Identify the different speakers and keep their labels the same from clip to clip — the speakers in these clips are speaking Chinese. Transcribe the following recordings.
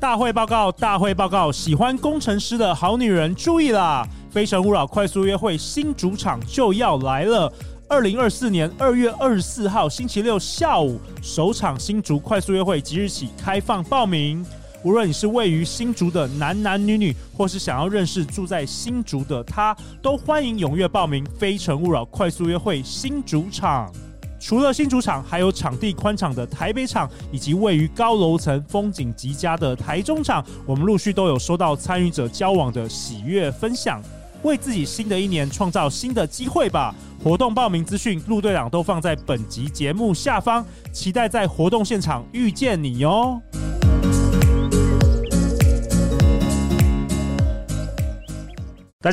Speaker 1: 大会报告，大会报告！喜欢工程师的好女人注意啦！《非诚勿扰》快速约会新主场就要来了。二零二四年二月二十四号星期六下午，首场新竹快速约会即日起开放报名。无论你是位于新竹的男男女女，或是想要认识住在新竹的他，都欢迎踊跃报名《非诚勿扰》快速约会新主场。除了新主场，还有场地宽敞的台北场，以及位于高楼层、风景极佳的台中场。我们陆续都有收到参与者交往的喜悦分享，为自己新的一年创造新的机会吧。活动报名资讯，陆队长都放在本集节目下方，期待在活动现场遇见你哦。大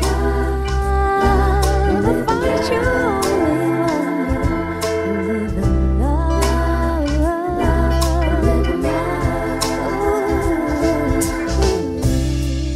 Speaker 2: Love will find you, only one you. You live in love, live in love.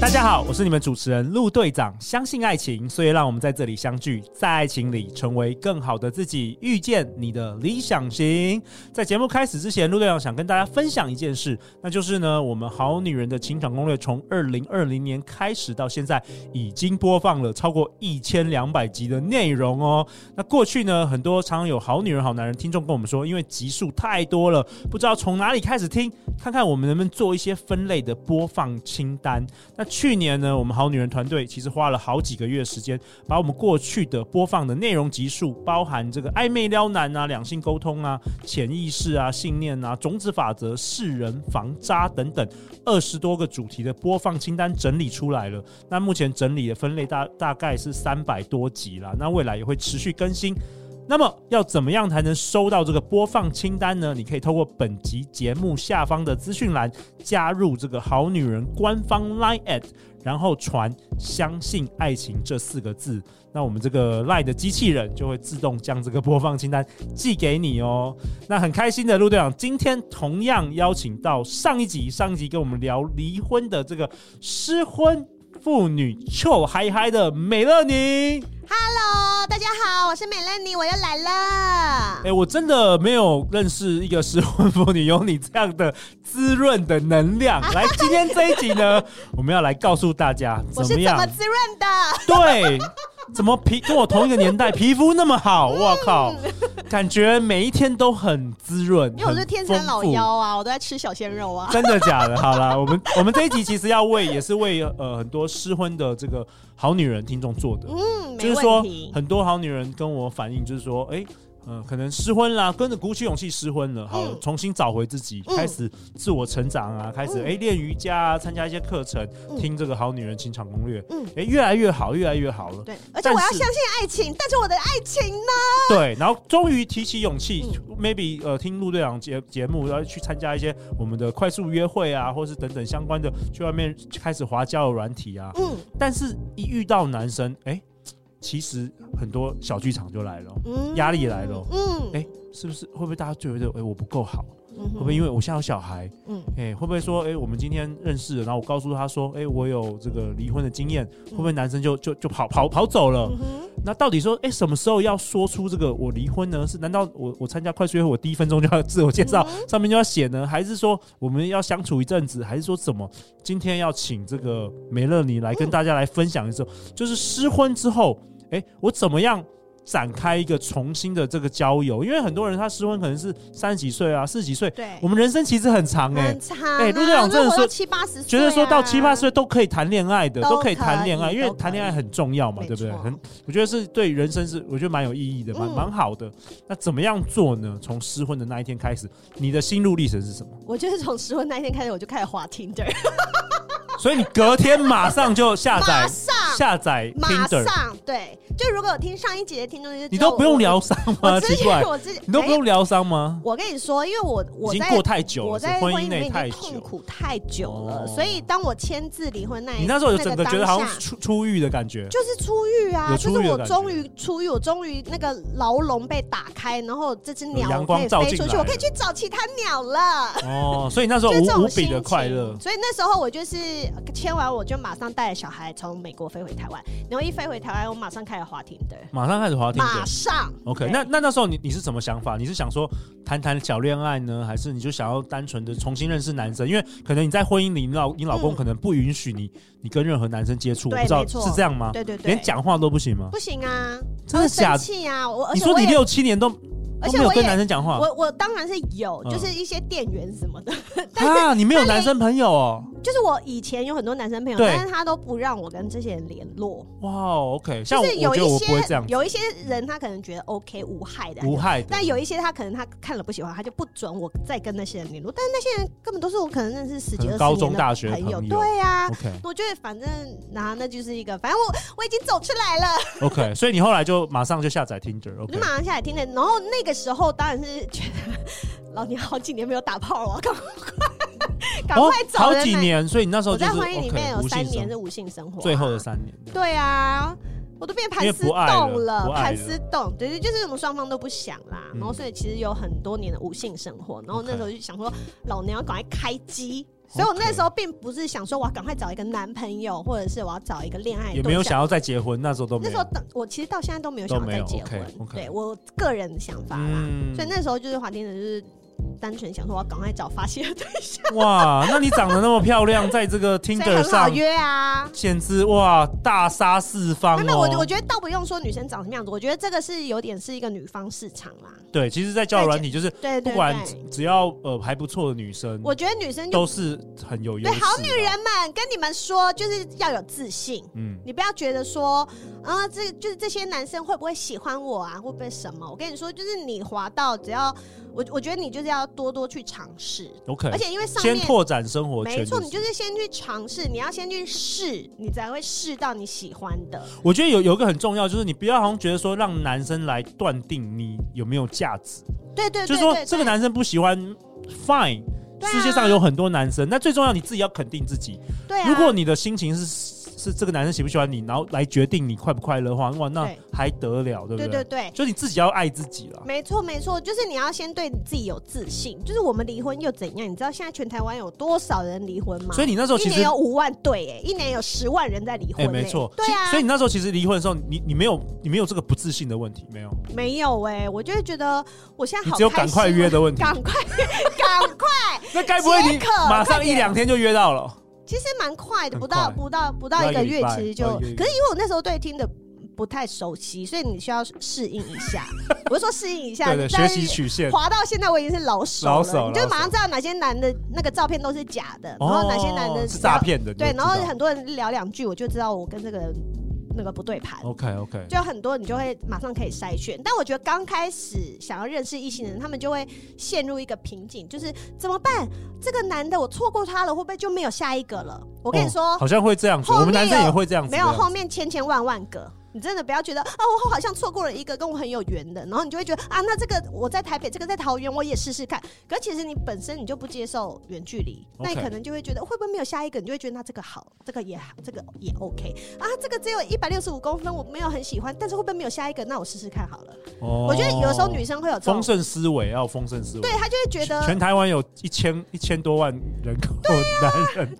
Speaker 1: 大家好，我是你们主持人陆队长。相信爱情，所以让我们在这里相聚，在爱情里成为更好的自己，遇见你的理想型。在节目开始之前，陆队长想跟大家分享一件事，那就是呢，我们《好女人的情场攻略》从二零二零年开始到现在，已经播放了超过一千两百集的内容哦。那过去呢，很多常常有好女人、好男人听众跟我们说，因为集数太多了，不知道从哪里开始听，看看我们能不能做一些分类的播放清单。那去年呢，我们好女人团队其实花了好几个月时间，把我们过去的播放的内容集数，包含这个暧昧撩男啊、两性沟通啊、潜意识啊、信念啊、种子法则、世人防渣等等，二十多个主题的播放清单整理出来了。那目前整理的分类大大概是三百多集啦，那未来也会持续更新。那么要怎么样才能收到这个播放清单呢？你可以透过本集节目下方的资讯栏加入这个好女人官方 Line at，然后传“相信爱情”这四个字，那我们这个 Line 的机器人就会自动将这个播放清单寄给你哦。那很开心的陆队长，今天同样邀请到上一集上一集跟我们聊离婚的这个失婚妇女臭嗨嗨的美乐妮。
Speaker 3: Hello，大家好，我是美乐妮，我又来
Speaker 1: 哎、
Speaker 3: 了。
Speaker 1: 我真的没有认识一个失婚妇女有你这样的滋润的能量。来，今天这一集呢，我们要来告诉大家
Speaker 3: 我
Speaker 1: 怎
Speaker 3: 是
Speaker 1: 么
Speaker 3: 怎
Speaker 1: 样
Speaker 3: 么滋润的？
Speaker 1: 对，怎么皮跟我同一个年代，皮肤那么好，我靠，感觉每一天都很滋润，
Speaker 3: 嗯因为我是
Speaker 1: 很
Speaker 3: 天生老
Speaker 1: 丰富
Speaker 3: 妖啊，我都在吃小鲜肉啊。
Speaker 1: 真的假的？好啦，我们我们这一集其实要为也是为呃很多失婚的这个好女人听众做的，
Speaker 3: 嗯，
Speaker 1: 就
Speaker 3: 没
Speaker 1: 是说
Speaker 3: 问题。
Speaker 1: 很多好女人跟我反映，就是说，哎、嗯、可能失婚啦，跟着鼓起勇气失婚了，好了，
Speaker 3: 嗯
Speaker 1: 重新找回自己，
Speaker 3: 嗯
Speaker 1: 开始自我成长啊，开始哎练、瑜伽啊，参加一些课程，
Speaker 3: 嗯
Speaker 1: 听这个好女人情场攻略，
Speaker 3: 嗯
Speaker 1: 哎、越来越好，越来越好了，
Speaker 3: 对，而且
Speaker 1: 但
Speaker 3: 我要
Speaker 1: 是
Speaker 3: 相信爱情，但是我的爱情呢？
Speaker 1: 对，然后终于提起勇气、m
Speaker 3: 嗯
Speaker 1: a y b e 呃，听陆队长节节目，然后去参加一些我们的快速约会啊，或是等等相关的，去外面开始滑交友软体啊。
Speaker 3: 嗯
Speaker 1: 但是，一遇到男生，哎、其实很多小剧场就来了哦，
Speaker 3: 嗯
Speaker 1: 压力来了哦。
Speaker 3: 嗯
Speaker 1: 哎、是不是会不会大家就觉得，哎、我不够好？
Speaker 3: 嗯
Speaker 1: 会不会因为我现在有小孩？
Speaker 3: 嗯
Speaker 1: 哎、会不会说，哎、我们今天认识了，然后我告诉他说，哎、我有这个离婚的经验，会不会男生就就就跑跑跑走了？
Speaker 3: 嗯哼
Speaker 1: 那到底说，哎、什么时候要说出这个我离婚呢？是难道我我参加快速约会，我第一分钟就要自我介
Speaker 3: 嗯
Speaker 1: 绍，上面就要写呢？还是说我们要相处一阵子？还是说怎么？今天要请这个梅乐妮
Speaker 3: 嗯
Speaker 1: 来跟大家来分享一次，就是失婚之后，哎、我怎么样？展开一个重新的这个交友，因为很多人他失婚可能是三十几岁啊，四十几岁，
Speaker 3: 对
Speaker 1: 我，们人生其实很长哎、
Speaker 3: 很长啊。
Speaker 1: 哎陆队长真的
Speaker 3: 那我
Speaker 1: 说
Speaker 3: 都七八十岁啊，
Speaker 1: 觉得说到七八十岁都可以谈恋爱的，
Speaker 3: 都
Speaker 1: 都可以谈恋爱，
Speaker 3: 可以
Speaker 1: 因为
Speaker 3: 都可以
Speaker 1: 谈恋爱很重要嘛，
Speaker 3: 没
Speaker 1: 对不对？
Speaker 3: 错
Speaker 1: 很，我觉得是对人生是我觉得蛮有意义的，蛮
Speaker 3: 嗯
Speaker 1: 蛮好的。那怎么样做呢？从失婚的那一天开始，你的心路历程是什么？
Speaker 3: 我就是从失婚那一天开始，我就开始滑 Tinder，
Speaker 1: 所以你隔天马上就下载
Speaker 3: 马上
Speaker 1: 下载
Speaker 3: 马
Speaker 1: Tinder，
Speaker 3: 上对。就如果有听上一集的听众，就知道
Speaker 1: 你都不用
Speaker 3: 我
Speaker 1: 疗伤吗？
Speaker 3: 我
Speaker 1: 奇
Speaker 3: 之前
Speaker 1: 怪，
Speaker 3: 我之前
Speaker 1: 你都不
Speaker 3: 没有
Speaker 1: 用疗伤吗？
Speaker 3: 我跟你说，因为我
Speaker 1: 已
Speaker 3: 我
Speaker 1: 经
Speaker 3: 在
Speaker 1: 过太久
Speaker 3: 我
Speaker 1: 了，是
Speaker 3: 在
Speaker 1: 婚
Speaker 3: 姻
Speaker 1: 姻
Speaker 3: 里面
Speaker 1: 内
Speaker 3: 已
Speaker 1: 太
Speaker 3: 经痛
Speaker 1: 久。
Speaker 3: 苦太久了，
Speaker 1: 哦
Speaker 3: 所以当我签字离婚那一
Speaker 1: 你那时候有
Speaker 3: 个
Speaker 1: 整个觉得好
Speaker 3: 当
Speaker 1: 像
Speaker 3: 下
Speaker 1: 出出狱的感觉，
Speaker 3: 就是出狱啊，
Speaker 1: 有
Speaker 3: 就
Speaker 1: 出
Speaker 3: 是
Speaker 1: 狱的
Speaker 3: 我
Speaker 1: 感觉
Speaker 3: 终于出狱，我终于那个牢笼被打开，然后这只
Speaker 1: 有
Speaker 3: 鸟
Speaker 1: 阳
Speaker 3: 可
Speaker 1: 光
Speaker 3: 以
Speaker 1: 照
Speaker 3: 飞
Speaker 1: 进
Speaker 3: 出去，
Speaker 1: 来
Speaker 3: 我可以去找其他鸟了。
Speaker 1: 哦，所以那时候
Speaker 3: 就是这
Speaker 1: 无
Speaker 3: 种
Speaker 1: 无比
Speaker 3: 心
Speaker 1: 的
Speaker 3: 情
Speaker 1: 快乐，
Speaker 3: 所以那时候我就是签完，我就马上带着小孩从美国飞回台湾，然后一飞回台湾，我马上开始始滑听的，
Speaker 1: 马上开始滑听
Speaker 3: 马
Speaker 1: 的。
Speaker 3: 上。
Speaker 1: OK，
Speaker 3: 对
Speaker 1: 那那那时候你你是什么想法？你是想说谈谈小恋爱呢，还是你就想要单纯的重新认识男生？因为可能你在婚姻里，你老你老公
Speaker 3: 嗯
Speaker 1: 可能不允许你你跟任何男生接触，我
Speaker 3: 对
Speaker 1: 不知道
Speaker 3: 没错
Speaker 1: 是这样吗？
Speaker 3: 对对对，
Speaker 1: 连讲话都不行吗？
Speaker 3: 不行啊，
Speaker 1: 真的
Speaker 3: 会
Speaker 1: 假
Speaker 3: 生
Speaker 1: 的？
Speaker 3: 气啊！我而
Speaker 1: 你
Speaker 3: 且
Speaker 1: 说
Speaker 3: 我
Speaker 1: 你
Speaker 3: 也
Speaker 1: 六七年都
Speaker 3: 而
Speaker 1: 都
Speaker 3: 且
Speaker 1: 没有
Speaker 3: 我
Speaker 1: 跟
Speaker 3: 也
Speaker 1: 男生讲话
Speaker 3: 我我当然是有，
Speaker 1: 嗯
Speaker 3: 就是一些店员什么的，
Speaker 1: 啊？你没有男生朋友哦？
Speaker 3: 就是我以前有很多男生朋友，
Speaker 1: 对
Speaker 3: 但是他都不让我跟这些人联络。
Speaker 1: 哇哦，OK，像
Speaker 3: 就
Speaker 1: 我
Speaker 3: 是有
Speaker 1: 我觉得
Speaker 3: 一
Speaker 1: 我不会这
Speaker 3: 些
Speaker 1: 样子，
Speaker 3: 有一些人他可能觉得 OK 无害的，
Speaker 1: 无害的。
Speaker 3: 但有一些他可能他看了不喜欢，他就不准我再跟那些人联络。但是那些人根本都是我可能认识十
Speaker 1: 可
Speaker 3: 几
Speaker 1: 能
Speaker 3: 二
Speaker 1: 高
Speaker 3: 十
Speaker 1: 中
Speaker 3: 年的
Speaker 1: 大学的
Speaker 3: 朋友，
Speaker 1: 朋友
Speaker 3: 对呀、
Speaker 1: OK
Speaker 3: 我觉得反正然后那就是一个，反正我我已经走出来了，
Speaker 1: OK，所以你后来就马上就下载
Speaker 3: 我
Speaker 1: Tinder，OK 哦
Speaker 3: 就。马上下来听的。然后那个时候当然是觉得老娘好几年没有打炮了，我要赶快赶
Speaker 1: 哦
Speaker 3: 快找
Speaker 1: 好
Speaker 3: 人来。
Speaker 1: 几年，所以你那时候
Speaker 3: 我
Speaker 1: 就
Speaker 3: 在
Speaker 1: 是
Speaker 3: 婚姻里
Speaker 1: OK，
Speaker 3: 面有
Speaker 1: 无
Speaker 3: 三
Speaker 1: 性
Speaker 3: 年是
Speaker 1: 生，
Speaker 3: 无性生活啊，
Speaker 1: 最后的三年。
Speaker 3: 对啊，我都变
Speaker 1: 因为
Speaker 3: 盘丝
Speaker 1: 不爱了
Speaker 3: 洞
Speaker 1: 不爱了
Speaker 3: 盘丝洞，对对，就是我们双方都不想啦，
Speaker 1: 嗯
Speaker 3: 然后所以其实有很多年的无性生活，然后
Speaker 1: OK
Speaker 3: 那时候就想说，老娘要赶快开机。所以我那时候并不是想说我要赶快找一个男朋友，或者是我要找哎一个恋爱
Speaker 1: 也
Speaker 3: 对
Speaker 1: 没有
Speaker 3: 象。
Speaker 1: 想要再结婚，那时候都没
Speaker 3: 那
Speaker 1: 有。
Speaker 3: 时候等我其实到现在都没有
Speaker 1: 都
Speaker 3: 想要
Speaker 1: 没
Speaker 3: 再
Speaker 1: 有
Speaker 3: 结
Speaker 1: ，OK，
Speaker 3: 婚
Speaker 1: OK
Speaker 3: 对我个人的想法啦。
Speaker 1: 嗯
Speaker 3: 所以那时候就是华天的，就是单纯想说我要赶快找发泄的对象，
Speaker 1: 哇，那你长得那么漂亮，在这个
Speaker 3: 所以
Speaker 1: Tinder
Speaker 3: 很好
Speaker 1: 上，
Speaker 3: 约啊。
Speaker 1: 简直哇大杀四方
Speaker 3: 没有没有，我我
Speaker 1: 哦。
Speaker 3: 觉得倒不用说女生长什么样子，我觉得这个是有点是一个女方市场啦。
Speaker 1: 对，其实，在交友软体就是
Speaker 3: 对
Speaker 1: 不
Speaker 3: 对
Speaker 1: 管
Speaker 3: 对，
Speaker 1: 只要呃还不错的女生，
Speaker 3: 我觉得女生就
Speaker 1: 都啊是很有优
Speaker 3: 对
Speaker 1: 势。
Speaker 3: 好女，人们跟你们说，就是要有自信。
Speaker 1: 嗯，
Speaker 3: 你不要觉得说，啊、这就是这些男生会不会喜欢我啊？会不会什么？我跟你说，就是你滑到，只要我，我觉得你就是要多多去尝试，
Speaker 1: OK，
Speaker 3: 而且因为上
Speaker 1: 先
Speaker 3: 面
Speaker 1: 拓展生活圈。
Speaker 3: 没错，你就是先去尝试，你要先去试，你才会试到你喜欢的。
Speaker 1: 我觉得有有一个很重要，就是你不要好像觉得说让男生来断定你有没有价值，
Speaker 3: 对对对
Speaker 1: 就是
Speaker 3: 对
Speaker 1: 说
Speaker 3: 对
Speaker 1: 这个男生不喜欢，fine。
Speaker 3: 对啊
Speaker 1: 世界上有很多男生，那最重要你自己要肯定自己。
Speaker 3: 对啊，
Speaker 1: 如果你的心情是是这个男生喜不喜欢你，然后来决定你快不快乐的话，哇，那
Speaker 3: 对
Speaker 1: 还得了，对不
Speaker 3: 对对对，
Speaker 1: 就你自己要爱自己了。
Speaker 3: 没错，没错，就是你要先对你自己有自信。就是我们离婚又怎样？你知道现在全台湾有多少人离婚吗？
Speaker 1: 所以你那时候
Speaker 3: 一
Speaker 1: 其实
Speaker 3: 年嗯有五万对，哎，一年有十万人在离婚、
Speaker 1: 哎，
Speaker 3: 哎，
Speaker 1: 没错，
Speaker 3: 对啊，
Speaker 1: 其所以你那时候其实离婚的时候，你你没有你没有这个不自信的问题，没有，
Speaker 3: 没有哎、我就会觉得我现在
Speaker 1: 你
Speaker 3: 好
Speaker 1: 只有
Speaker 3: 开
Speaker 1: 赶
Speaker 3: 心
Speaker 1: 快约的问题。
Speaker 3: 赶快， 赶快，
Speaker 1: 那该不会你
Speaker 3: 解渴
Speaker 1: 马上
Speaker 3: 快
Speaker 1: 一
Speaker 3: 点
Speaker 1: 两天就约到了？
Speaker 3: 其实蛮快的，
Speaker 1: 很
Speaker 3: 不到
Speaker 1: 快
Speaker 3: 不到不到一个月
Speaker 1: 不到一个礼拜，
Speaker 3: 其实就。
Speaker 1: 哎不到一个月
Speaker 3: 可是因为我那时候对听的不太熟悉，所以你需要适应一 下。我是说适应一下，
Speaker 1: 对对，学
Speaker 3: 但
Speaker 1: 习曲线。
Speaker 3: 滑到现在我已经是老手了，
Speaker 1: 老手
Speaker 3: 你就
Speaker 1: 老手
Speaker 3: 马上知道哪些男的那个照片都是假的，然后哪些男的
Speaker 1: 哦是诈。骗的，
Speaker 3: 对，
Speaker 1: 你就
Speaker 3: 然后
Speaker 1: 知道
Speaker 3: 很多人聊两句，我就知道我跟这个人那个不对盘。
Speaker 1: OK OK，
Speaker 3: 就很多你就会马上可以筛选，但我觉得刚开始想要认识异性人，他们就会陷入一个瓶颈，就是怎么办？这个男的我错过他了，会不会就没有下一个了？我
Speaker 1: 我
Speaker 3: 跟你说，
Speaker 1: 哦好像会这样子，
Speaker 3: 后面
Speaker 1: 我们男生也会这样子，
Speaker 3: 没有
Speaker 1: 对不对
Speaker 3: 后面千千万万个，你真的不要觉得啊，我好像错过了一个跟我很有缘的，然后你就会觉得啊，那这个我在台北，这个在桃园，我也试试看。可其实你本身你就不接受远距离，那你
Speaker 1: OK
Speaker 3: 可能就会觉得会不会没有下一个，你就会觉得那这个好，这个也好，这个也 OK 啊，这个只有一百六十五公分，我没有很喜欢，但是会不会没有下一个？那我试试看好了。
Speaker 1: 哦
Speaker 3: 我觉得有时候女生会有这种
Speaker 1: 丰，盛思维要有丰盛思维，
Speaker 3: 对她就会觉得
Speaker 1: 全台湾有一千一千多万人口
Speaker 3: 啊
Speaker 1: 男人，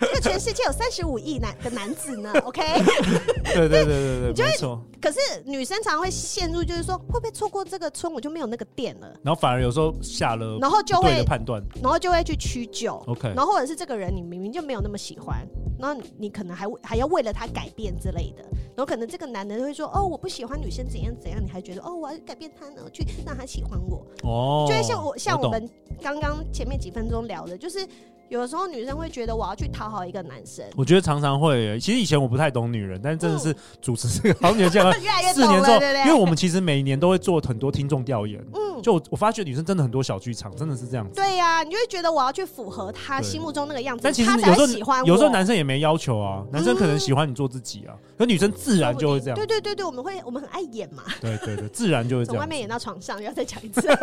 Speaker 3: 这个全世界有三十五亿男的男子呢，OK。
Speaker 1: 对对对对对，没错。
Speaker 3: 可是女生常会陷入，就是说会不会错过这个村，我就没有那个店了。
Speaker 1: 然后反而有时候下了
Speaker 3: 然后就
Speaker 1: 呃不对
Speaker 3: 会
Speaker 1: 的，判断
Speaker 3: 然后就会去屈就。
Speaker 1: ，OK，
Speaker 3: 然后或者是这个人你明明就没有那么喜欢，然后你可能还还要为了他改变之类的，然后可能这个男的会说哦我不喜欢女生怎样怎样，你还觉得哦我要改变他呢，去让他喜欢我，
Speaker 1: 哦，
Speaker 3: 就会像我像我
Speaker 1: 懂
Speaker 3: 们刚刚前面几分钟聊的，就是有的时候女生会觉得我要去讨好一个男生，
Speaker 1: 我觉得常常会耶，其实以前我不太懂女人，但是真的是主持这个好女人 健康
Speaker 3: 越来越
Speaker 1: 四
Speaker 3: 嗯懂
Speaker 1: 年
Speaker 3: 了，
Speaker 1: 之后，
Speaker 3: 对不
Speaker 1: 因为
Speaker 3: 对？
Speaker 1: 我们其实每年都会做很多听众调研，
Speaker 3: 嗯，
Speaker 1: 就我我发觉女生真的很多小剧场，真的是这样子。
Speaker 3: 对呀、你就会觉得我要去符合他
Speaker 1: 对
Speaker 3: 心目中那个样子，
Speaker 1: 但其实
Speaker 3: 他才
Speaker 1: 有时
Speaker 3: 会
Speaker 1: 候
Speaker 3: 喜欢我。嗯
Speaker 1: 有时候男生也没要求啊，男生可能喜欢你做自己啊，可女生自然就会这样
Speaker 3: 对。对对对，我们会我们很爱演嘛，
Speaker 1: 对对对，自然就会这
Speaker 3: 从外
Speaker 1: 样。
Speaker 3: 面演到床上，又要再讲一次。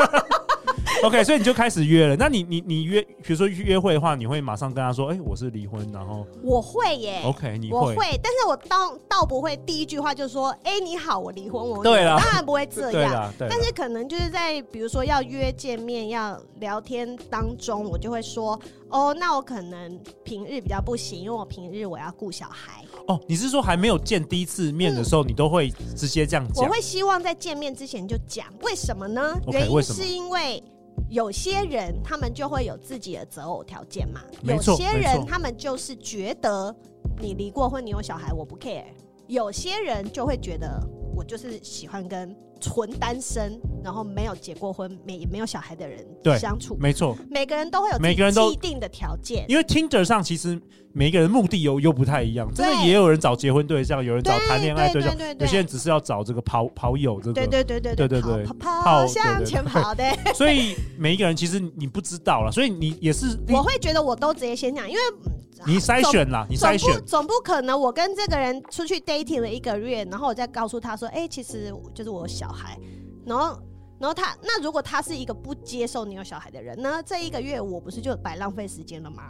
Speaker 1: OK，所以你就开始约了。那你你你约，比如说约会的话，你会马上跟他说，哎、我是离婚，然后
Speaker 3: 我会耶
Speaker 1: OK，你
Speaker 3: 哎我
Speaker 1: 会，
Speaker 3: 会，但是我倒倒不会第一句话就说，哎、你好，我离婚，我
Speaker 1: 对啦
Speaker 3: 我当然不会这
Speaker 1: 对
Speaker 3: 样。
Speaker 1: 啦，对啦
Speaker 3: 但是可能就是在比如说要约见面、要聊天当中，我就会说，哦，那我可能平日比较不行，因为我平日我要顾小孩。
Speaker 1: 哦，你是说还没有见第一次面的时候，你都会直接这样
Speaker 3: 嗯我
Speaker 1: 讲？
Speaker 3: 会希望在见面之前就讲，为什么呢
Speaker 1: OK，
Speaker 3: 原
Speaker 1: 为
Speaker 3: 因
Speaker 1: 什么
Speaker 3: 是因为有些人他们就会有自己的择偶条件嘛，
Speaker 1: 没
Speaker 3: 有
Speaker 1: 错
Speaker 3: 些
Speaker 1: 没
Speaker 3: 人
Speaker 1: 错
Speaker 3: 他们就是觉得你离过婚，你有小孩，我不 care；有些人就会觉得我就是喜欢跟纯单身，然后没有结过婚、没也没有小孩的人
Speaker 1: 对
Speaker 3: 相处。
Speaker 1: 没错，
Speaker 3: 每个人都会有
Speaker 1: 每个人
Speaker 3: 自
Speaker 1: 都
Speaker 3: 己既定的条件，
Speaker 1: 因为 Tinder 上其实每一个人目的又又不太一样，真的
Speaker 3: 对
Speaker 1: 也有人找结婚对象，有人找
Speaker 3: 对
Speaker 1: 谈恋爱对
Speaker 3: 对
Speaker 1: 象，
Speaker 3: 对对
Speaker 1: 有
Speaker 3: 对
Speaker 1: 些人只是要找这个跑跑友这个，
Speaker 3: 对对对对
Speaker 1: 对对对
Speaker 3: 跑
Speaker 1: 跑
Speaker 3: 跑跑
Speaker 1: 对对
Speaker 3: 向
Speaker 1: 对
Speaker 3: 前跑的。
Speaker 1: 所以每一个人其实你不知道了，所以你也是
Speaker 3: 我会觉得我都直接先讲，因为嗯
Speaker 1: 你筛选啦，你
Speaker 3: 总
Speaker 1: 筛
Speaker 3: 不
Speaker 1: 选，
Speaker 3: 总不可能，我跟这个人出去 dating 了一个月，然后我再告诉他说，哎、其实就是我有小孩，然后。然后他那如果他是一个不接受你有小孩的人呢，这一个月我不是就白浪费时间了吗？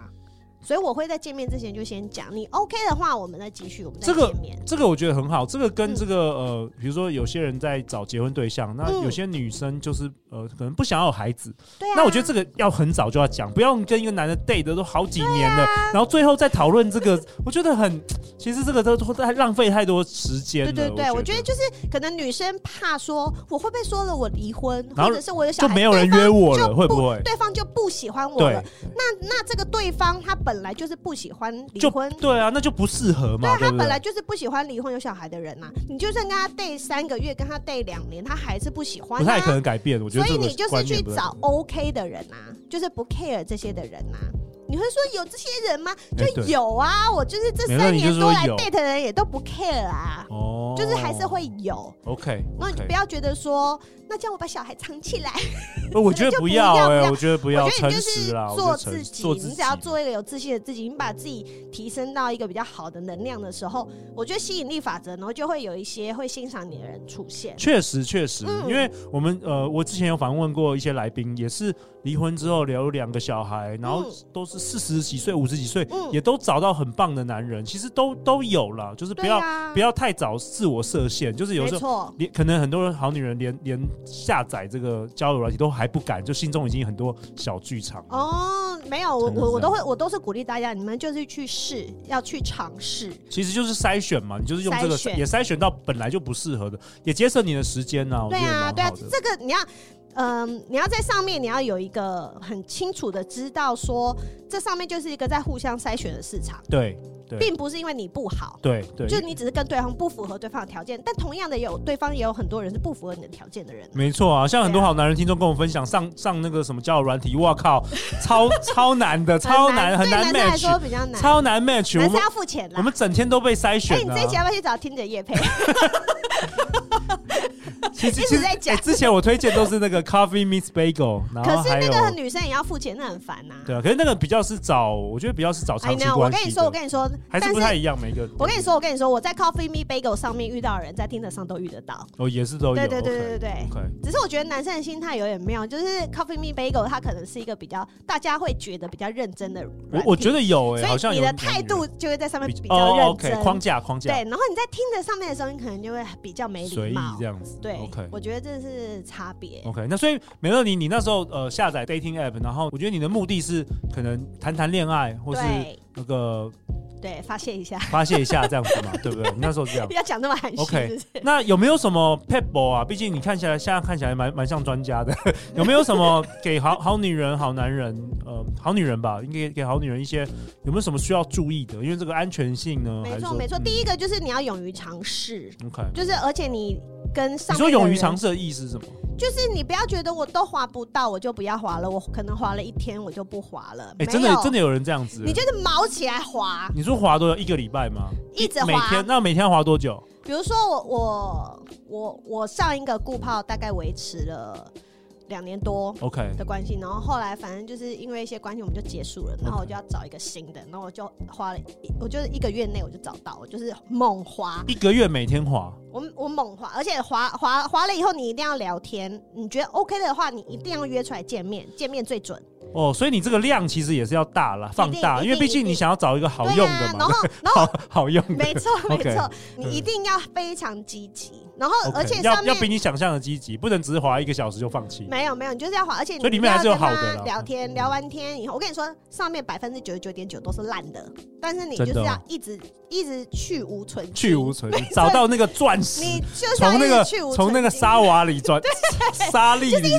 Speaker 3: 所以我会在见面之前就先讲，你 OK 的话，我们再继续，我们再
Speaker 1: 这个
Speaker 3: 见面。
Speaker 1: 这个我觉得很好，这个跟
Speaker 3: 嗯
Speaker 1: 这个、呃，比如说有些人在找结婚对象，那
Speaker 3: 嗯
Speaker 1: 有些女生就是呃，可能不想要有孩子，
Speaker 3: 对啊，
Speaker 1: 那我觉得这个要很早就要讲，不要跟一个男的 date 的都好几年了，
Speaker 3: 啊
Speaker 1: 然后最后再讨论这个，我觉得很，其实这个都都太浪费太多时间了。
Speaker 3: 对对对，我觉得
Speaker 1: 得
Speaker 3: 就是可能女生怕说我会不会说了我离婚，
Speaker 1: 然后
Speaker 3: 或者是我有小
Speaker 1: 就
Speaker 3: 孩，
Speaker 1: 没有人
Speaker 3: 对方
Speaker 1: 约我了，
Speaker 3: 就
Speaker 1: 会不会？
Speaker 3: 对方就不喜欢我
Speaker 1: 对
Speaker 3: 了。，那这个对方他本来就是不喜欢离
Speaker 1: 就
Speaker 3: 婚，
Speaker 1: 对啊，那就不适合嘛，对
Speaker 3: 他
Speaker 1: 不
Speaker 3: 本来
Speaker 1: 对？
Speaker 3: 就是不喜欢离婚有小孩的人呐、你就算跟他 date 三个月，跟他 date 两年，他还是不喜欢、啊。
Speaker 1: 不太可能改变，我觉得这
Speaker 3: 所以
Speaker 1: 个
Speaker 3: 你就是
Speaker 1: 观
Speaker 3: 去
Speaker 1: 念不太
Speaker 3: 找 OK 的人啊，就是不 care 这些的人啊。你会说有这些人吗？
Speaker 1: 哎
Speaker 3: 就
Speaker 1: 对
Speaker 3: 有啊，我就是这
Speaker 1: 没错
Speaker 3: 三
Speaker 1: 你就
Speaker 3: 年
Speaker 1: 说
Speaker 3: 多来
Speaker 1: 有
Speaker 3: date 的人也都不 care 啊，
Speaker 1: 哦，
Speaker 3: 就是还是会有。
Speaker 1: OK，
Speaker 3: 那你不要觉得说，那这样我把小孩藏起来，
Speaker 1: 呃我觉得
Speaker 3: 就
Speaker 1: 不
Speaker 3: 不
Speaker 1: 要
Speaker 3: 要不
Speaker 1: 哎，
Speaker 3: 要
Speaker 1: 我觉得不
Speaker 3: 我
Speaker 1: 要
Speaker 3: 觉得
Speaker 1: 诚
Speaker 3: 你就是
Speaker 1: 实啦，我觉
Speaker 3: 做
Speaker 1: 得诚
Speaker 3: 自
Speaker 1: 实
Speaker 3: 己，
Speaker 1: 做自
Speaker 3: 你
Speaker 1: 己
Speaker 3: 只要做一个有自信的自己，你把自己提升到一个比较好的能量的时候，我觉得吸引力法则，然后就会有一些会欣赏你的人出现。
Speaker 1: 确实，确实，
Speaker 3: 嗯
Speaker 1: 因为我们呃，我之前有访问过一些来宾，也是离婚之后留两个小孩，然后
Speaker 3: 嗯
Speaker 1: 都是四十几岁、五十几岁，
Speaker 3: 嗯
Speaker 1: 也都找到很棒的男人，其实都都有了，就是不
Speaker 3: 对
Speaker 1: 要、
Speaker 3: 啊，
Speaker 1: 不要太早自我设限，就是有
Speaker 3: 没
Speaker 1: 时候。
Speaker 3: 错，
Speaker 1: 连可能很多人好女人连连下载这个交友软体都还不敢，就心中已经很多小剧场了。
Speaker 3: 哦，没有，我
Speaker 1: 真的是
Speaker 3: 我我
Speaker 1: 这样
Speaker 3: 都会，我都是鼓励大家，你们就是去试，要去尝试。
Speaker 1: 其实就是筛选嘛，你就是用这个
Speaker 3: 筛选
Speaker 1: 也筛选到本来就不适合的，也节省你的时间呐、我
Speaker 3: 对
Speaker 1: 觉得
Speaker 3: 啊，
Speaker 1: 哦蛮
Speaker 3: 对啊
Speaker 1: 好，的。
Speaker 3: 这个你要，嗯，你要在上面，你要有一个很清楚的知道说，这上面就是一个在互相筛选的市场，
Speaker 1: 对对
Speaker 3: 并不是因为你不好。
Speaker 1: 对对，
Speaker 3: 就你只是跟对方不符合对方的条件，但同样的也有对方也有很多人是不符合你的条件的人。
Speaker 1: 没错啊，像很多
Speaker 3: 对啊
Speaker 1: 好男人听众跟我分享，上上那个什么交友软体，哇 靠，超超难的，超难，很
Speaker 3: 对
Speaker 1: 难
Speaker 3: 男生来
Speaker 1: match，
Speaker 3: 说比较难，
Speaker 1: 超难 match。我们
Speaker 3: 男生要付钱
Speaker 1: 我
Speaker 3: 啦。
Speaker 1: 们整天都被筛
Speaker 3: 哎、
Speaker 1: 选啊
Speaker 3: 你
Speaker 1: 的、
Speaker 3: 这一集要不要去找听者 叶配？
Speaker 1: 其实
Speaker 3: 一直
Speaker 1: 其实
Speaker 3: 在讲
Speaker 1: 哎之前我推荐都是那个 Coffee Meets Bagel，然哎后
Speaker 3: 可是
Speaker 1: 还
Speaker 3: 那
Speaker 1: 有
Speaker 3: 个女生也要付钱，那很烦呐、
Speaker 1: 对啊，可是那个比较是找，我觉得比较是找
Speaker 3: 哎
Speaker 1: 长期
Speaker 3: 那我
Speaker 1: 关
Speaker 3: 跟你
Speaker 1: 系
Speaker 3: 说，我
Speaker 1: 的，
Speaker 3: 跟你说，
Speaker 1: 还是
Speaker 3: 但
Speaker 1: 不太一样每一个。
Speaker 3: 我跟你说，我跟你说，我在 Coffee Me Bagel 上面遇到的人，在听者上都遇得到。
Speaker 1: 哦，也是都有，
Speaker 3: 对对对对对
Speaker 1: OK，
Speaker 3: 只是我觉得男生的心态有点妙，就是 Coffee Me Bagel 它可能是一个比较大家会觉得比较认真的软
Speaker 1: 我我
Speaker 3: 体
Speaker 1: 觉得有哎，好
Speaker 3: 所
Speaker 1: 像
Speaker 3: 以你
Speaker 1: 有
Speaker 3: 的
Speaker 1: 有
Speaker 3: 态
Speaker 1: 女
Speaker 3: 度
Speaker 1: 人
Speaker 3: 就会在上面比较
Speaker 1: 哦
Speaker 3: 认
Speaker 1: ，OK，
Speaker 3: 真。
Speaker 1: 框架框架
Speaker 3: 对，然后你在听着上面的时候，你可能就会比较没
Speaker 1: 随
Speaker 3: 礼
Speaker 1: 意
Speaker 3: 貌
Speaker 1: 这。样子，
Speaker 3: 对
Speaker 1: OK。哦
Speaker 3: 我觉得这是差别。
Speaker 1: OK，那所以美乐你，你那时候呃下载 dating app，然后我觉得你的目的是可能谈谈恋爱，或是哦
Speaker 3: 对
Speaker 1: 那个
Speaker 3: 对，发泄一下，
Speaker 1: 发泄一下这样 子嘛，对不对？你那时候是这样
Speaker 3: 不。 要讲那么含蓄。
Speaker 1: OK
Speaker 3: 是不是
Speaker 1: 那有没有什么 pebble 啊？毕竟你看起来现在看起来蛮蛮像专家的， 有没有什么给好好女人、好男人，呃，好女人吧，应该给好女人一些有没有什么需要注意的？因为这个安全性呢，还
Speaker 3: 没
Speaker 1: 是
Speaker 3: 错
Speaker 1: 说
Speaker 3: 没错，
Speaker 1: 嗯
Speaker 3: 第一个就是你要勇于尝试，
Speaker 1: OK。
Speaker 3: 就是而且你跟
Speaker 1: 你
Speaker 3: 上
Speaker 1: 说
Speaker 3: 面的
Speaker 1: 勇于
Speaker 3: 人
Speaker 1: 尝，试的意思是什么？
Speaker 3: 就是你不要觉得我都划不到，我就不要划了，我可能划了一天我就不划了。
Speaker 1: 哎、
Speaker 3: 没
Speaker 1: 真的
Speaker 3: 有
Speaker 1: 真的有人这样子？
Speaker 3: 你就是毛起来划，
Speaker 1: 你说滑多久一个礼拜吗？
Speaker 3: 一直
Speaker 1: 每
Speaker 3: 滑
Speaker 1: 天那每天滑多久？
Speaker 3: 比如说我我我我上一个固泡大概维持了两年多
Speaker 1: OK，
Speaker 3: 的关系，然后后来反正就是因为一些关系，我们就结束了，然后我就要找一个新的，然后我就花了一，我就是一个月内我就找到，我就是猛滑，
Speaker 1: 一个月每天滑，
Speaker 3: 我我猛滑，而且滑滑滑了以后，你一定要聊天，你觉得 OK 的话，你一定要约出来见面，见面最准。
Speaker 1: 哦，所以你这个量其实也是要大了，放大，
Speaker 3: 一
Speaker 1: 因
Speaker 3: 定
Speaker 1: 为毕竟你想要找一个好
Speaker 3: 对
Speaker 1: 用
Speaker 3: 啊
Speaker 1: 的，
Speaker 3: 然
Speaker 1: 嘛，
Speaker 3: 后然后
Speaker 1: 好好用的，
Speaker 3: 没 错没
Speaker 1: OK
Speaker 3: 错，你一定要非常积极，然后
Speaker 1: OK，
Speaker 3: 而且
Speaker 1: 要
Speaker 3: 上
Speaker 1: 要比
Speaker 3: 面。
Speaker 1: 你想象的积极，不能只是滑一个小时就放弃。
Speaker 3: 没有没有，你就是要滑，而且你
Speaker 1: 所以里面还是有
Speaker 3: 要跟
Speaker 1: 好的
Speaker 3: 他
Speaker 1: 啦嗯
Speaker 3: 聊天，聊完天以后，我跟你说，上面百分之九十九点九都是烂的，但是你就
Speaker 1: 真的
Speaker 3: 是
Speaker 1: 哦
Speaker 3: 要一直一直去无存菁
Speaker 1: 去无存，找到那个钻石，
Speaker 3: 你就像
Speaker 1: 从那个
Speaker 3: 一直去无
Speaker 1: 从那个
Speaker 3: 存菁
Speaker 1: 沙瓦里钻，沙粒里，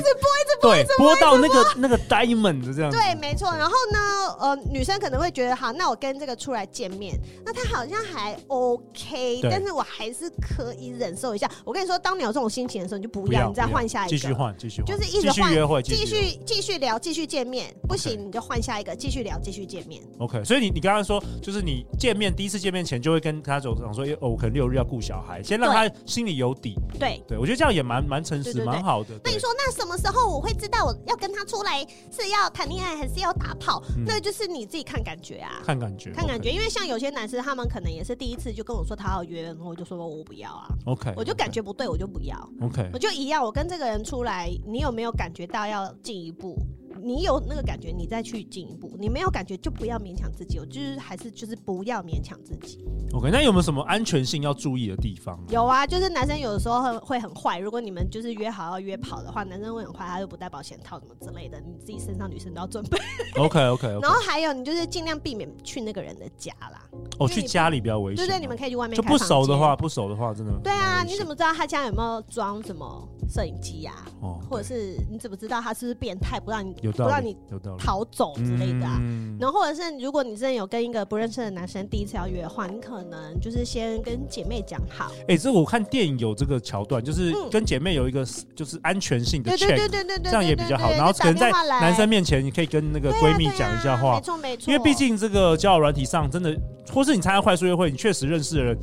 Speaker 1: 对，拨到那个那个 diamond 的这样子，
Speaker 3: 对，没错。然后呢，呃，女生可能会觉得，好，那我跟这个出来见面，那他好像还 OK，
Speaker 1: 对
Speaker 3: 但是我还是可以忍受一下。我跟你说，当你有这种心情的时候，你就不
Speaker 1: 不
Speaker 3: 要，
Speaker 1: 要
Speaker 3: 你再
Speaker 1: 不要
Speaker 3: 换下一个，
Speaker 1: 继续换，继续换，
Speaker 3: 就是一直
Speaker 1: 继续
Speaker 3: 换
Speaker 1: 约会，
Speaker 3: 继
Speaker 1: 约会
Speaker 3: 续继续聊，继续见面，不
Speaker 1: OK
Speaker 3: 行你就换下一个，继续聊，继续见面。
Speaker 1: OK，所以你你刚刚说，就是你见面第一次见面前就会跟他走讲说，哦，我可能六日要顾小孩，先让他心里有底。
Speaker 3: 对。
Speaker 1: 对我觉得这样也蛮蛮诚
Speaker 3: 对
Speaker 1: 实，
Speaker 3: 对对
Speaker 1: 蛮好的。
Speaker 3: 那你
Speaker 1: 对
Speaker 3: 说，那什么时候我会知道我要跟他出来是要谈恋爱还是要打炮？
Speaker 1: 嗯
Speaker 3: 那就是你自己看感觉啊，
Speaker 1: 看感觉，
Speaker 3: 看感觉。因为像有些男生，他们可能也是第一次就跟我说他要约，然后我就说我不要啊，
Speaker 1: OK，
Speaker 3: 我就感觉不对，我就不要。
Speaker 1: OK，
Speaker 3: 我就一样，我跟这个人出来，你有没有感觉到要进一步？你有那个感觉，你再去进一步；你没有感觉，就不要勉强自己。我就是还是就是不要勉强自己。
Speaker 1: OK，那有没有什么安全性要注意的地方啊？
Speaker 3: 有啊，就是男生有的时候很会很坏。如果你们就是约好要约跑的话，男生会很坏，他又不戴保险套什么之类的，你自己身上女生都要准备。
Speaker 1: OK OK OK，
Speaker 3: 然后还有，你就是尽量避免去那个人的家啦。
Speaker 1: 哦，
Speaker 3: 因为
Speaker 1: 去
Speaker 3: 你
Speaker 1: 家里比较危
Speaker 3: 对
Speaker 1: 险。
Speaker 3: 对，你们可以去外面
Speaker 1: 就
Speaker 3: 开
Speaker 1: 不
Speaker 3: 房
Speaker 1: 熟的
Speaker 3: 间
Speaker 1: 话，。不熟的话，真的
Speaker 3: 对
Speaker 1: 蛮
Speaker 3: 啊，
Speaker 1: 危
Speaker 3: 你
Speaker 1: 险
Speaker 3: 怎么知道他家有没有装什么摄影机呀、
Speaker 1: 哦
Speaker 3: 或者是你怎么知道他是不是变态，不让你
Speaker 1: 有
Speaker 3: 不
Speaker 1: 道
Speaker 3: 让
Speaker 1: 理
Speaker 3: 你，
Speaker 1: 有道理
Speaker 3: 逃走之类的、啊。
Speaker 1: 嗯
Speaker 3: 然后或者是如果你真的有跟一个不认识的男生第一次要约的话，你可能就是先跟姐妹讲好。
Speaker 1: 哎、这我看电影有这个桥段，就是
Speaker 3: 嗯
Speaker 1: 跟姐妹有一个就是安全性的 check，
Speaker 3: 对对对对对对，
Speaker 1: 这样也比较好。然后可能在男生面前，你可以跟那个闺蜜讲一下话，
Speaker 3: 啊没错没错。
Speaker 1: 因为毕竟这个交友软体上真的，或是你参加快速约会，你确实认识的人，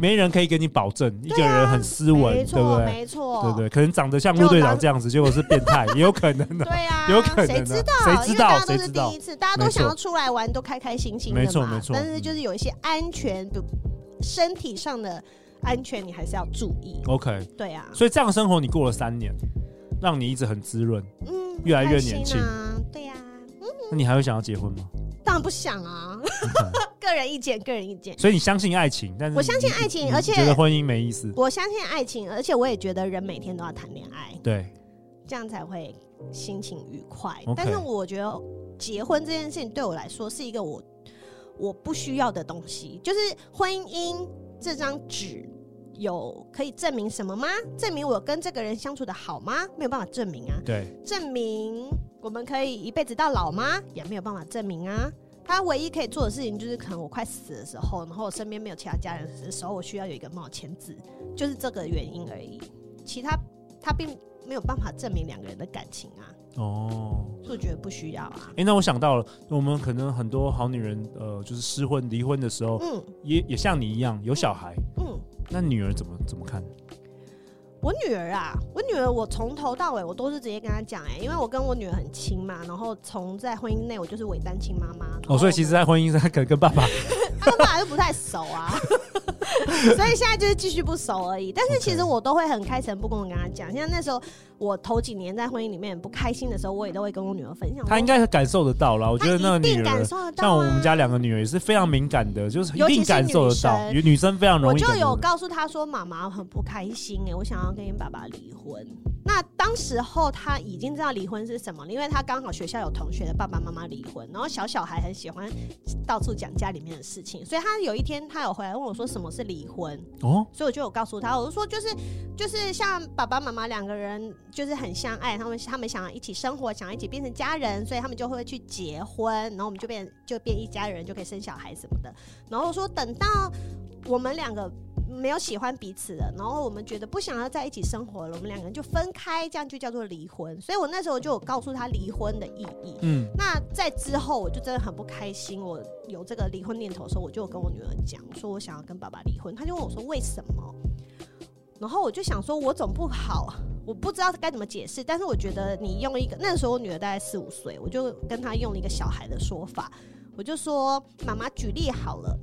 Speaker 1: 没人可以给你保证一个人很斯文，
Speaker 3: 啊
Speaker 1: 对
Speaker 3: 没
Speaker 1: 不
Speaker 3: 错
Speaker 1: 对？
Speaker 3: 没错，
Speaker 1: 对对，可能长得像陆队长这样子，结果是变态，也有可能的、
Speaker 3: 对 啊，
Speaker 1: 有可能啊
Speaker 3: 谁知道？
Speaker 1: 谁知道
Speaker 3: 因为大家都
Speaker 1: 谁
Speaker 3: 是
Speaker 1: 知道
Speaker 3: 第一次，大家都想要出来玩，都开开心心的嘛。
Speaker 1: 没错没错
Speaker 3: 但是就是有一些安全，比如身体上的安全，你还是要注意。
Speaker 1: OK，
Speaker 3: 对啊，
Speaker 1: 所以这样的生活你过了三年，让你一直很滋润，
Speaker 3: 嗯，
Speaker 1: 越来越年轻
Speaker 3: 很开心啊。对呀、
Speaker 1: 那你还会想要结婚吗？
Speaker 3: 当然不想啊，
Speaker 1: 嗯
Speaker 3: 个人意见，个人意见。
Speaker 1: 所以你相信爱情，但是
Speaker 3: 我相信
Speaker 1: 你
Speaker 3: 爱情
Speaker 1: 你
Speaker 3: 而且
Speaker 1: 觉得婚姻没意思。
Speaker 3: 我相信爱情，而且我也觉得人每天都要谈恋爱，
Speaker 1: 对，
Speaker 3: 这样才会心情愉快。
Speaker 1: OK
Speaker 3: 但是我觉得结婚这件事情对我来说是一个我我不需要的东西，就是婚姻这张纸有可以证明什么吗？证明我跟这个人相处的好吗？没有办法证明啊。
Speaker 1: 对，
Speaker 3: 证明我们可以一辈子到老吗？也没有办法证明啊。他唯一可以做的事情就是，可能我快死的时候，然后我身边没有其他家人的时候，我需要有一个冒签字，就是这个原因而已。其他他并没有办法证明两个人的感情啊，
Speaker 1: 哦，
Speaker 3: 所以我觉得不需要啊
Speaker 1: 哎、。那我想到了，我们可能很多好女人，呃，就是失婚、离婚的时候，
Speaker 3: 嗯
Speaker 1: 也也像你一样有小孩，
Speaker 3: 嗯，
Speaker 1: 那女儿怎么怎么看？
Speaker 3: 我女儿啊，我女儿我从头到尾我都是直接跟她讲哎、因为我跟我女儿很亲嘛，然后从在婚姻内我就是伪单亲妈妈。然后
Speaker 1: 哦，所以其实，在婚姻上， 可能跟爸爸
Speaker 3: 他们本来就不太熟啊， 所以现在就是继续不熟而已。但是其实我都会很开诚布公的跟他讲，像那时候我头几年在婚姻里面不开心的时候，我也都会跟我女儿分享。
Speaker 1: 她应该感受得到啦。我
Speaker 3: 我
Speaker 1: 觉得那个女
Speaker 3: 感
Speaker 1: 儿，
Speaker 3: 受得到、
Speaker 1: 像
Speaker 3: 啊。
Speaker 1: 我们家两个女儿也是非常敏感的，就是一
Speaker 3: 尤其
Speaker 1: 定
Speaker 3: 是
Speaker 1: 感受得
Speaker 3: 女
Speaker 1: 到，
Speaker 3: 生
Speaker 1: 女女生非常
Speaker 3: 我
Speaker 1: 容易
Speaker 3: 就
Speaker 1: 感
Speaker 3: 有
Speaker 1: 受得到。
Speaker 3: 告诉他说：“妈妈我很不开心哎、我想要跟你爸爸离婚。”那当时候他已经知道离婚是什么了，因为他刚好学校有同学的爸爸妈妈离婚，然后小小孩很喜欢到处讲家里面的事情，所以他有一天他有回来问我说：“什么是离婚？”
Speaker 1: 哦，
Speaker 3: 所以我就有告诉他，我就说就是就是像爸爸妈妈两个人就是很相爱，他们他们想要一起生活，想要一起变成家人，所以他们就会去结婚，然后我们就变就变一家人，就可以生小孩什么的。然后我说等到我们两个。没有喜欢彼此了，然后我们觉得不想要在一起生活了，我们两个人就分开，这样就叫做离婚。所以我那时候就有告诉他离婚的意义。
Speaker 1: 嗯，
Speaker 3: 那在之后，我就真的很不开心。我有这个离婚念头的时候，我就有跟我女儿讲，我说我想要跟爸爸离婚。她就问我说为什么？然后我就想说，我总不好，我不知道该怎么解释，但是我觉得你用一个那时候我女儿大概四五岁，我就跟她用了一个小孩的说法，我就说妈妈举例好了。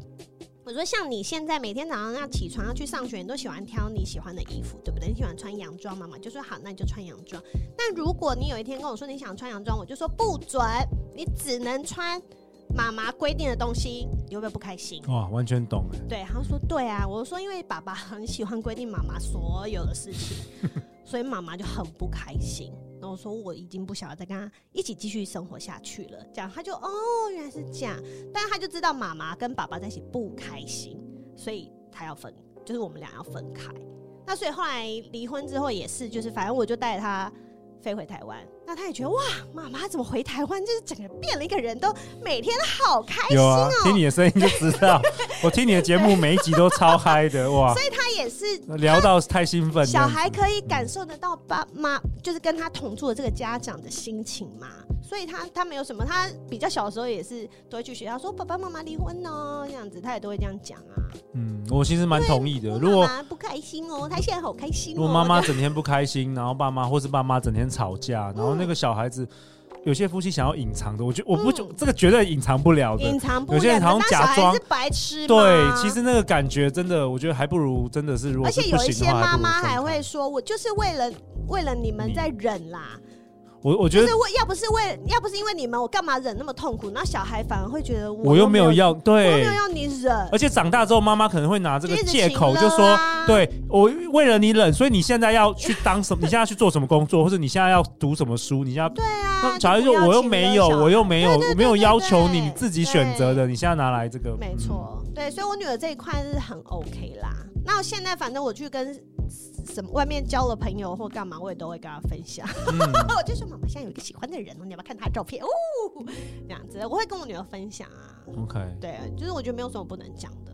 Speaker 3: 我说，像你现在每天早上要起床要去上学，你都喜欢挑你喜欢的衣服，对不对？你喜欢穿洋装，妈妈就说好，那你就穿洋装。那如果你有一天跟我说你想穿洋装，我就说不准，你只能穿妈妈规定的东西，你会不会不开心？
Speaker 1: 哇，完全懂哎，
Speaker 3: 对，他说对啊，我说因为爸爸很喜欢规定妈妈所有的事情，所以妈妈就很不开心。然后我说我已经不想要再跟他一起继续生活下去了，这样他就哦原来是这样，但他就知道妈妈跟爸爸在一起不开心，所以他要分，就是我们俩要分开。那所以后来离婚之后也是，就是反正我就带他飞回台湾，那他也觉得哇，妈妈怎么回台湾，就是整个变了一个人，都每天都好开心
Speaker 1: 有
Speaker 3: 哦
Speaker 1: 啊，。听你的声音就知 道，我听你的节目每一集都超嗨的哇，
Speaker 3: 所以他也是
Speaker 1: 聊到太兴奋，
Speaker 3: 小孩可以感受得到爸妈就是跟他同住的这个家长的心情嘛，所以他他没有什么，他比较小的时候也是都会去学校说爸爸妈妈离婚哦，这样子他也都会这样讲啊。
Speaker 1: 嗯，我其实蛮同意的，
Speaker 3: 我
Speaker 1: 如果
Speaker 3: 妈妈不开心哦，他现在好开心哦。
Speaker 1: 如果妈妈整天不开心，然后爸妈或是爸妈整天吵架，
Speaker 3: 嗯
Speaker 1: 然后那个小孩子，有些夫妻想要隐藏的，我觉我不就、
Speaker 3: 嗯
Speaker 1: 这个绝对隐藏不了
Speaker 3: 这样
Speaker 1: 的
Speaker 3: 隐。藏不了，
Speaker 1: 有些人好像
Speaker 3: 那
Speaker 1: 假
Speaker 3: 小孩
Speaker 1: 装
Speaker 3: 是白痴吗
Speaker 1: 对，其实那个感觉真的，我觉得还不如真的是，如果
Speaker 3: 而
Speaker 1: 是
Speaker 3: 且
Speaker 1: 不
Speaker 3: 有一
Speaker 1: 行
Speaker 3: 些
Speaker 1: 的话，
Speaker 3: 妈
Speaker 1: 不如
Speaker 3: 妈
Speaker 1: 分
Speaker 3: 还
Speaker 1: 开
Speaker 3: 会说，我就是为了为了你们在忍啦，
Speaker 1: 我我觉
Speaker 3: 就
Speaker 1: 得
Speaker 3: 是为要不是为要不是因为你们，我干嘛忍那么痛苦？那小孩反而会觉得
Speaker 1: 我又没有要
Speaker 3: 我又没
Speaker 1: 对
Speaker 3: 有，要你忍。
Speaker 1: 而且长大之后妈妈可能会拿这个
Speaker 3: 就一直
Speaker 1: 借口
Speaker 3: 请
Speaker 1: 就
Speaker 3: 了
Speaker 1: 说
Speaker 3: 啊，
Speaker 1: 对我为了你冷，所以你现在要去当什么，你现在要去做什么工作，或者你现在要读什么书，你现在
Speaker 3: 对啊，
Speaker 1: 那小孩
Speaker 3: 就
Speaker 1: 就
Speaker 3: 不要
Speaker 1: 我又
Speaker 3: 请
Speaker 1: 没
Speaker 3: 了
Speaker 1: 有，
Speaker 3: 小
Speaker 1: 我又没有，
Speaker 3: 对对
Speaker 1: 我没有
Speaker 3: 对对
Speaker 1: 要求你，
Speaker 3: 对
Speaker 1: 你自己选择的，你现在拿来这个，
Speaker 3: 没
Speaker 1: 嗯。
Speaker 3: 错，对，所以我女儿这一块是很 OK 啦。那我现在反正我去跟什么外面交了朋友或干嘛，我也都会跟她分享。
Speaker 1: 嗯
Speaker 3: 我就说妈妈现在有一个喜欢的人哦，你要不要看他的照片？哦，这样子，我会跟我女儿分享啊。
Speaker 1: OK，
Speaker 3: 对，就是我觉得没有什么不能讲的。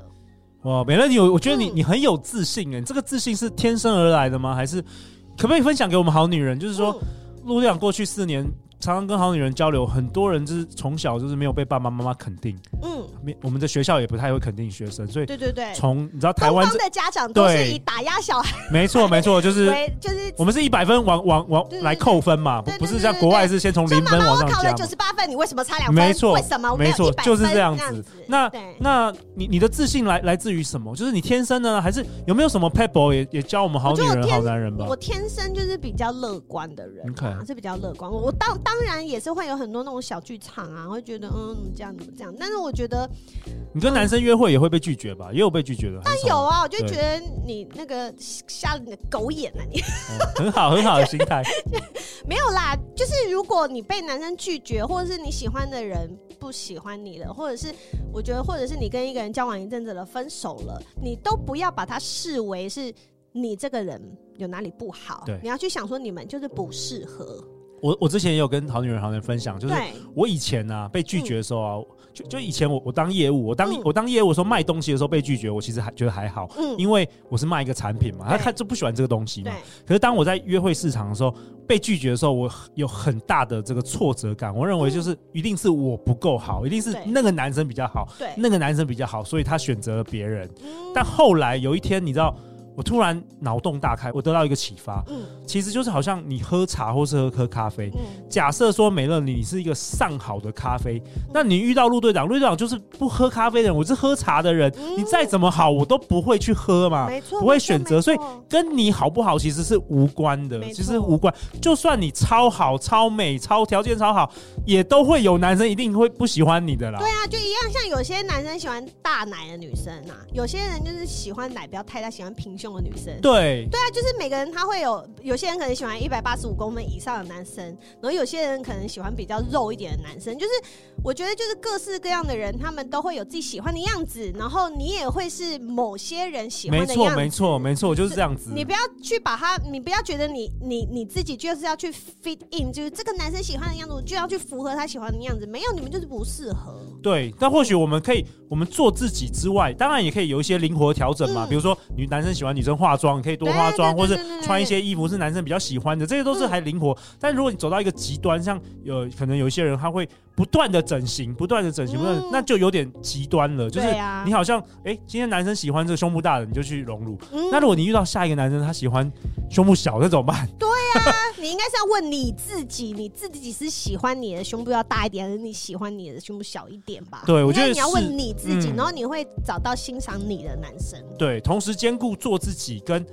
Speaker 1: 哇，美乐你有，我觉得你、
Speaker 3: 嗯
Speaker 1: 你很有自信哎，你这个自信是天生而来的吗？还是可不可以分享给我们好女人？就是
Speaker 3: 嗯
Speaker 1: 说，陆队长过去四年常常跟好女人交流，很多人就是从小就是没有被爸爸妈妈肯定，
Speaker 3: 嗯，嗯，
Speaker 1: 没我们的学校也不太会肯定学生，所以
Speaker 3: 对对对，
Speaker 1: 从你知道台
Speaker 3: 东
Speaker 1: 湾
Speaker 3: 方
Speaker 1: 这
Speaker 3: 的家长都是
Speaker 1: 对
Speaker 3: 以打压小孩
Speaker 1: 没错没错，就是
Speaker 3: 为，就是
Speaker 1: 我们是一百分往往往
Speaker 3: 对对
Speaker 1: 来扣分嘛，不
Speaker 3: 对对
Speaker 1: 不是
Speaker 3: 对
Speaker 1: 像
Speaker 3: 对
Speaker 1: 国外
Speaker 3: 对
Speaker 1: 是先从
Speaker 3: 说
Speaker 1: 零
Speaker 3: 妈
Speaker 1: 分
Speaker 3: 妈
Speaker 1: 往
Speaker 3: 我
Speaker 1: 上
Speaker 3: 考了
Speaker 1: 加
Speaker 3: 九
Speaker 1: 嘛。
Speaker 3: 十八分，你为什么差两分？
Speaker 1: 没错
Speaker 3: 为什么我
Speaker 1: 没
Speaker 3: 有
Speaker 1: 错
Speaker 3: 100
Speaker 1: 就是
Speaker 3: 分
Speaker 1: 这
Speaker 3: 这
Speaker 1: 样子
Speaker 3: 子？
Speaker 1: 那
Speaker 3: 对。
Speaker 1: 那你你的自信来来自于什么？就是你天生的呢，还是有没有什么 pebble 也也教我们好
Speaker 3: 我
Speaker 1: 女
Speaker 3: 觉得
Speaker 1: 人
Speaker 3: 我天
Speaker 1: 好男人吧
Speaker 3: 我？天生就是比较乐观的人、啊
Speaker 1: OK
Speaker 3: 是比较乐观。我我当当然也是会有很多那种小剧场啊，会觉得嗯怎么这样怎么这样，但是我觉得
Speaker 1: 你跟男生约会也会被拒绝吧？也有被拒绝的，很
Speaker 3: 但
Speaker 1: 少
Speaker 3: 有啊，我就
Speaker 1: 对
Speaker 3: 觉得你那个瞎了你的狗眼啊，你
Speaker 1: 哦很好很好的心态。
Speaker 3: 没有啦。就是如果你被男生拒绝，或者是你喜欢的人不喜欢你了，或者是我觉得，或者是你跟一个人交往一阵子了，分手了，你都不要把它视为是。你这个人有哪里不好
Speaker 1: 对？
Speaker 3: 你要去想说你们就是不适合。
Speaker 1: 我我之前也有跟好女人好男人分享，就是
Speaker 3: 对，
Speaker 1: 我以前呢、被拒绝的时候啊，就就以前我我当业务，我当、
Speaker 3: 嗯
Speaker 1: 我当业务的时候卖东西的时候被拒绝，我其实还觉得还好，
Speaker 3: 嗯，
Speaker 1: 因为我是卖一个产品嘛，他
Speaker 3: 对
Speaker 1: 他就不喜欢这个东西嘛
Speaker 3: 对。，
Speaker 1: 可是当我在约会市场的时候被拒绝的时候，我有很大的这个挫折感。我认为就是一定是我不够好，一定是
Speaker 3: 对
Speaker 1: 那个男生比较好，
Speaker 3: 对，
Speaker 1: 那个男生比较好，所以他选择了别人。
Speaker 3: 嗯
Speaker 1: 但后来有一天，你知道，我突然脑洞大开，我得到一个启发，
Speaker 3: 嗯
Speaker 1: 其实就是好像你喝茶或是喝喝咖啡。
Speaker 3: 嗯，
Speaker 1: 假设说美乐你你是一个上好的咖啡，那你遇到陆队长，陆队长就是不喝咖啡的人，我是喝茶的人，
Speaker 3: 嗯
Speaker 1: 你再怎么好我都不会去喝嘛。
Speaker 3: 没错，
Speaker 1: 啊不会
Speaker 3: 没错
Speaker 1: 选择
Speaker 3: 没
Speaker 1: 所以
Speaker 3: 错
Speaker 1: 跟你好不好其实是无关的，
Speaker 3: 没错
Speaker 1: 其实无关。就算你超好、超美、超条件超好，也都会有男生一定会不喜欢你的啦
Speaker 3: 对。啊，就一样，像有些男生喜欢大奶的女生啊，有些人就是喜欢奶不要太大，喜欢平胸的女生。
Speaker 1: 对，
Speaker 3: 对啊，就是每个人他会有，有些人可能喜欢一百八十五公分以上的男生，然后有些人可能喜欢比较肉一点的男生。就是我觉得就是各式各样的人，他们都会有自己喜欢的样子，然后你也会是某些人喜欢
Speaker 1: 没
Speaker 3: 的
Speaker 1: 错，
Speaker 3: 样子。
Speaker 1: 没错，没错，就是这样子。
Speaker 3: 你不要去把它，你不要觉得你你你自己就是要去 fit in，就是这个男生喜欢的样子，我就要去符合他喜欢的样子。没有，你们就是不适合。
Speaker 1: 对，但或许我们可以，我们做自己之外，当然也可以有一些灵活调整嘛。
Speaker 3: 嗯
Speaker 1: 比如说，女男生喜欢女生化妆，你可以多化妆，
Speaker 3: 对
Speaker 1: 或
Speaker 3: 对对嗯
Speaker 1: 是
Speaker 3: 对对对
Speaker 1: 穿一些衣服是男生比较喜欢的，这些都是还灵活。但如果你走到一个极端，像有可能有一些人他会不断的整形，不断的整形，不断地
Speaker 3: 嗯
Speaker 1: 那就有点极端了。就是
Speaker 3: 对啊
Speaker 1: 你好像哎、今天男生喜欢这个胸部大的，你就去融入。
Speaker 3: 嗯
Speaker 1: 那如果你遇到下一个男生他喜欢胸部小的，那怎么办？
Speaker 3: 对啊你应该是要问你自己，你自己是喜欢你的胸部要大一点，还是你喜欢你的胸部小一点吧？
Speaker 1: 对我
Speaker 3: 应该
Speaker 1: 觉得
Speaker 3: 你要
Speaker 1: 是
Speaker 3: 问你自己，
Speaker 1: 嗯
Speaker 3: 然后你会找到欣赏你的男生。
Speaker 1: 对，同时兼顾做自己跟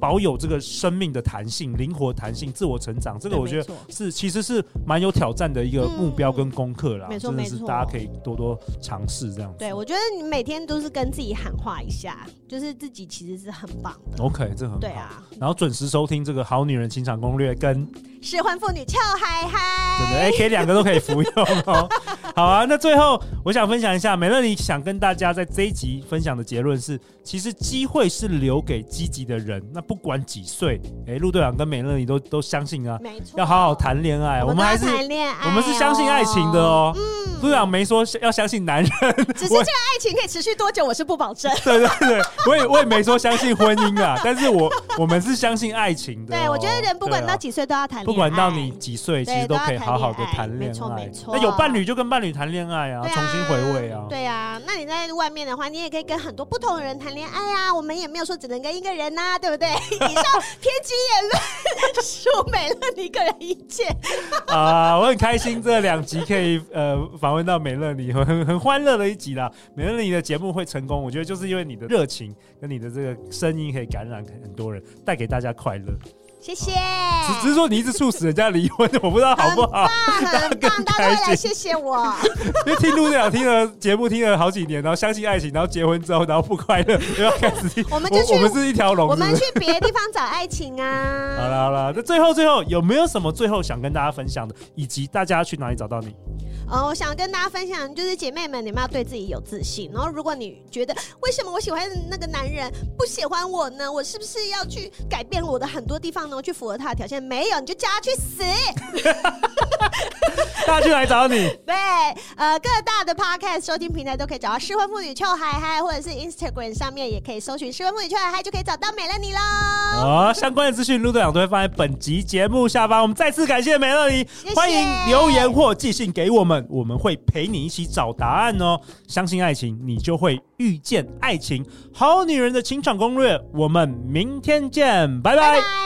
Speaker 1: 保有这个生命的弹性、灵活弹性、自我成长，这个
Speaker 3: 对
Speaker 1: 我觉
Speaker 3: 没
Speaker 1: 得嗯
Speaker 3: 错
Speaker 1: 是其实是蛮有挑战的一个目标
Speaker 3: 嗯
Speaker 1: 跟功课啦。
Speaker 3: 没错
Speaker 1: 真的
Speaker 3: 没
Speaker 1: 是
Speaker 3: 错
Speaker 1: 大家可以多多尝试这样子。
Speaker 3: 对，我觉得你每天都是跟自己喊话一下，就是自己其实是很棒的。
Speaker 1: OK，这很好。
Speaker 3: 对啊，
Speaker 1: 然后准时收听这个《好女人情场攻略》跟
Speaker 3: 失婚妇女俏嗨
Speaker 1: 真的
Speaker 3: 嗨，
Speaker 1: A K 两个都可以服用 哦。好啊，那最后我想分享一下，美乐你想跟大家在这一集分享的结论是，其实机会是留给积极的人，那不管几岁，哎、陆队长跟美乐你都都相信 啊，
Speaker 3: 没错，
Speaker 1: 要好好谈恋爱，我
Speaker 3: 我
Speaker 1: 们
Speaker 3: 都要
Speaker 1: 还是。
Speaker 3: 谈恋爱嗯哦，
Speaker 1: 我们是相信爱情的哦，陆队长没说要相信男人，
Speaker 3: 只是这个爱情可以持续多久，我是不保证。
Speaker 1: 对对对，我也我也没说相信婚姻啊，但是我我们是相信爱情的哦、
Speaker 3: 对，我觉得人不 管
Speaker 1: 对啊
Speaker 3: 到几岁都要谈恋爱，
Speaker 1: 不管到你几岁，其
Speaker 3: 对
Speaker 1: 实都可以好好的谈
Speaker 3: 都要谈
Speaker 1: 恋
Speaker 3: 恋爱没错
Speaker 1: 爱
Speaker 3: 没。错
Speaker 1: 那有伴侣就跟伴侣谈恋爱啊，
Speaker 3: 对啊
Speaker 1: 重新回味啊。
Speaker 3: 对啊，那你在外面的话，你也可以跟很多不同的人谈恋爱啊。我们也没有说只能跟一个人呐、对 不对？以上偏激言论属美乐你个人意见。
Speaker 1: 啊，我很开心这两集可以呃 访问到美乐你，很很很欢乐的一集啦。美乐你的节目会成功，我觉得就是因为你的热情跟你的这个声音可以感染很多人，带给大家快乐。
Speaker 3: 谢谢，哎
Speaker 1: 只 只是说你一直促使人家离婚， 我不知道好不好。
Speaker 3: 很棒，很棒，大家都会来谢 谢我。
Speaker 1: 因为听陆队长听了节目听了好几年，然后相信爱情，然后结婚之后，然后不快乐，又要开始听。
Speaker 3: 我们就去
Speaker 1: 我们是一条龙，
Speaker 3: 我
Speaker 1: 是不是
Speaker 3: 们去别的地方找爱情 啊。
Speaker 1: 好啦好啦，那最后最后有没有什么最后想跟大家分享的，以及大家去哪里找到你？
Speaker 3: 呃，我想跟大家分享，就是姐妹们，你们要对自己有自信。然后，如果你觉得为什么我喜欢的那个男人不喜欢我呢？我是不是要去改变我的很多地方呢？去符合他的条件？没有，你就叫他去 死。
Speaker 1: 大家去哪里找到你？
Speaker 3: 对，呃，各大的 podcast 收听平台都可以找到失婚妇女臭嗨嗨，或者是 Instagram 上面也可以搜寻失婚妇女臭嗨嗨，就可以找到美乐你喽。
Speaker 1: 好，哦相关的资讯陆队长都会放在本集节目下方。我们再次感谢美乐妮，
Speaker 3: 谢
Speaker 1: 欢迎留言或寄信给我们，我们会陪你一起找答案哦。相信爱情，你就会遇见爱情。好女人的情场攻略，我们明天见，拜
Speaker 3: 拜
Speaker 1: 拜
Speaker 3: 拜。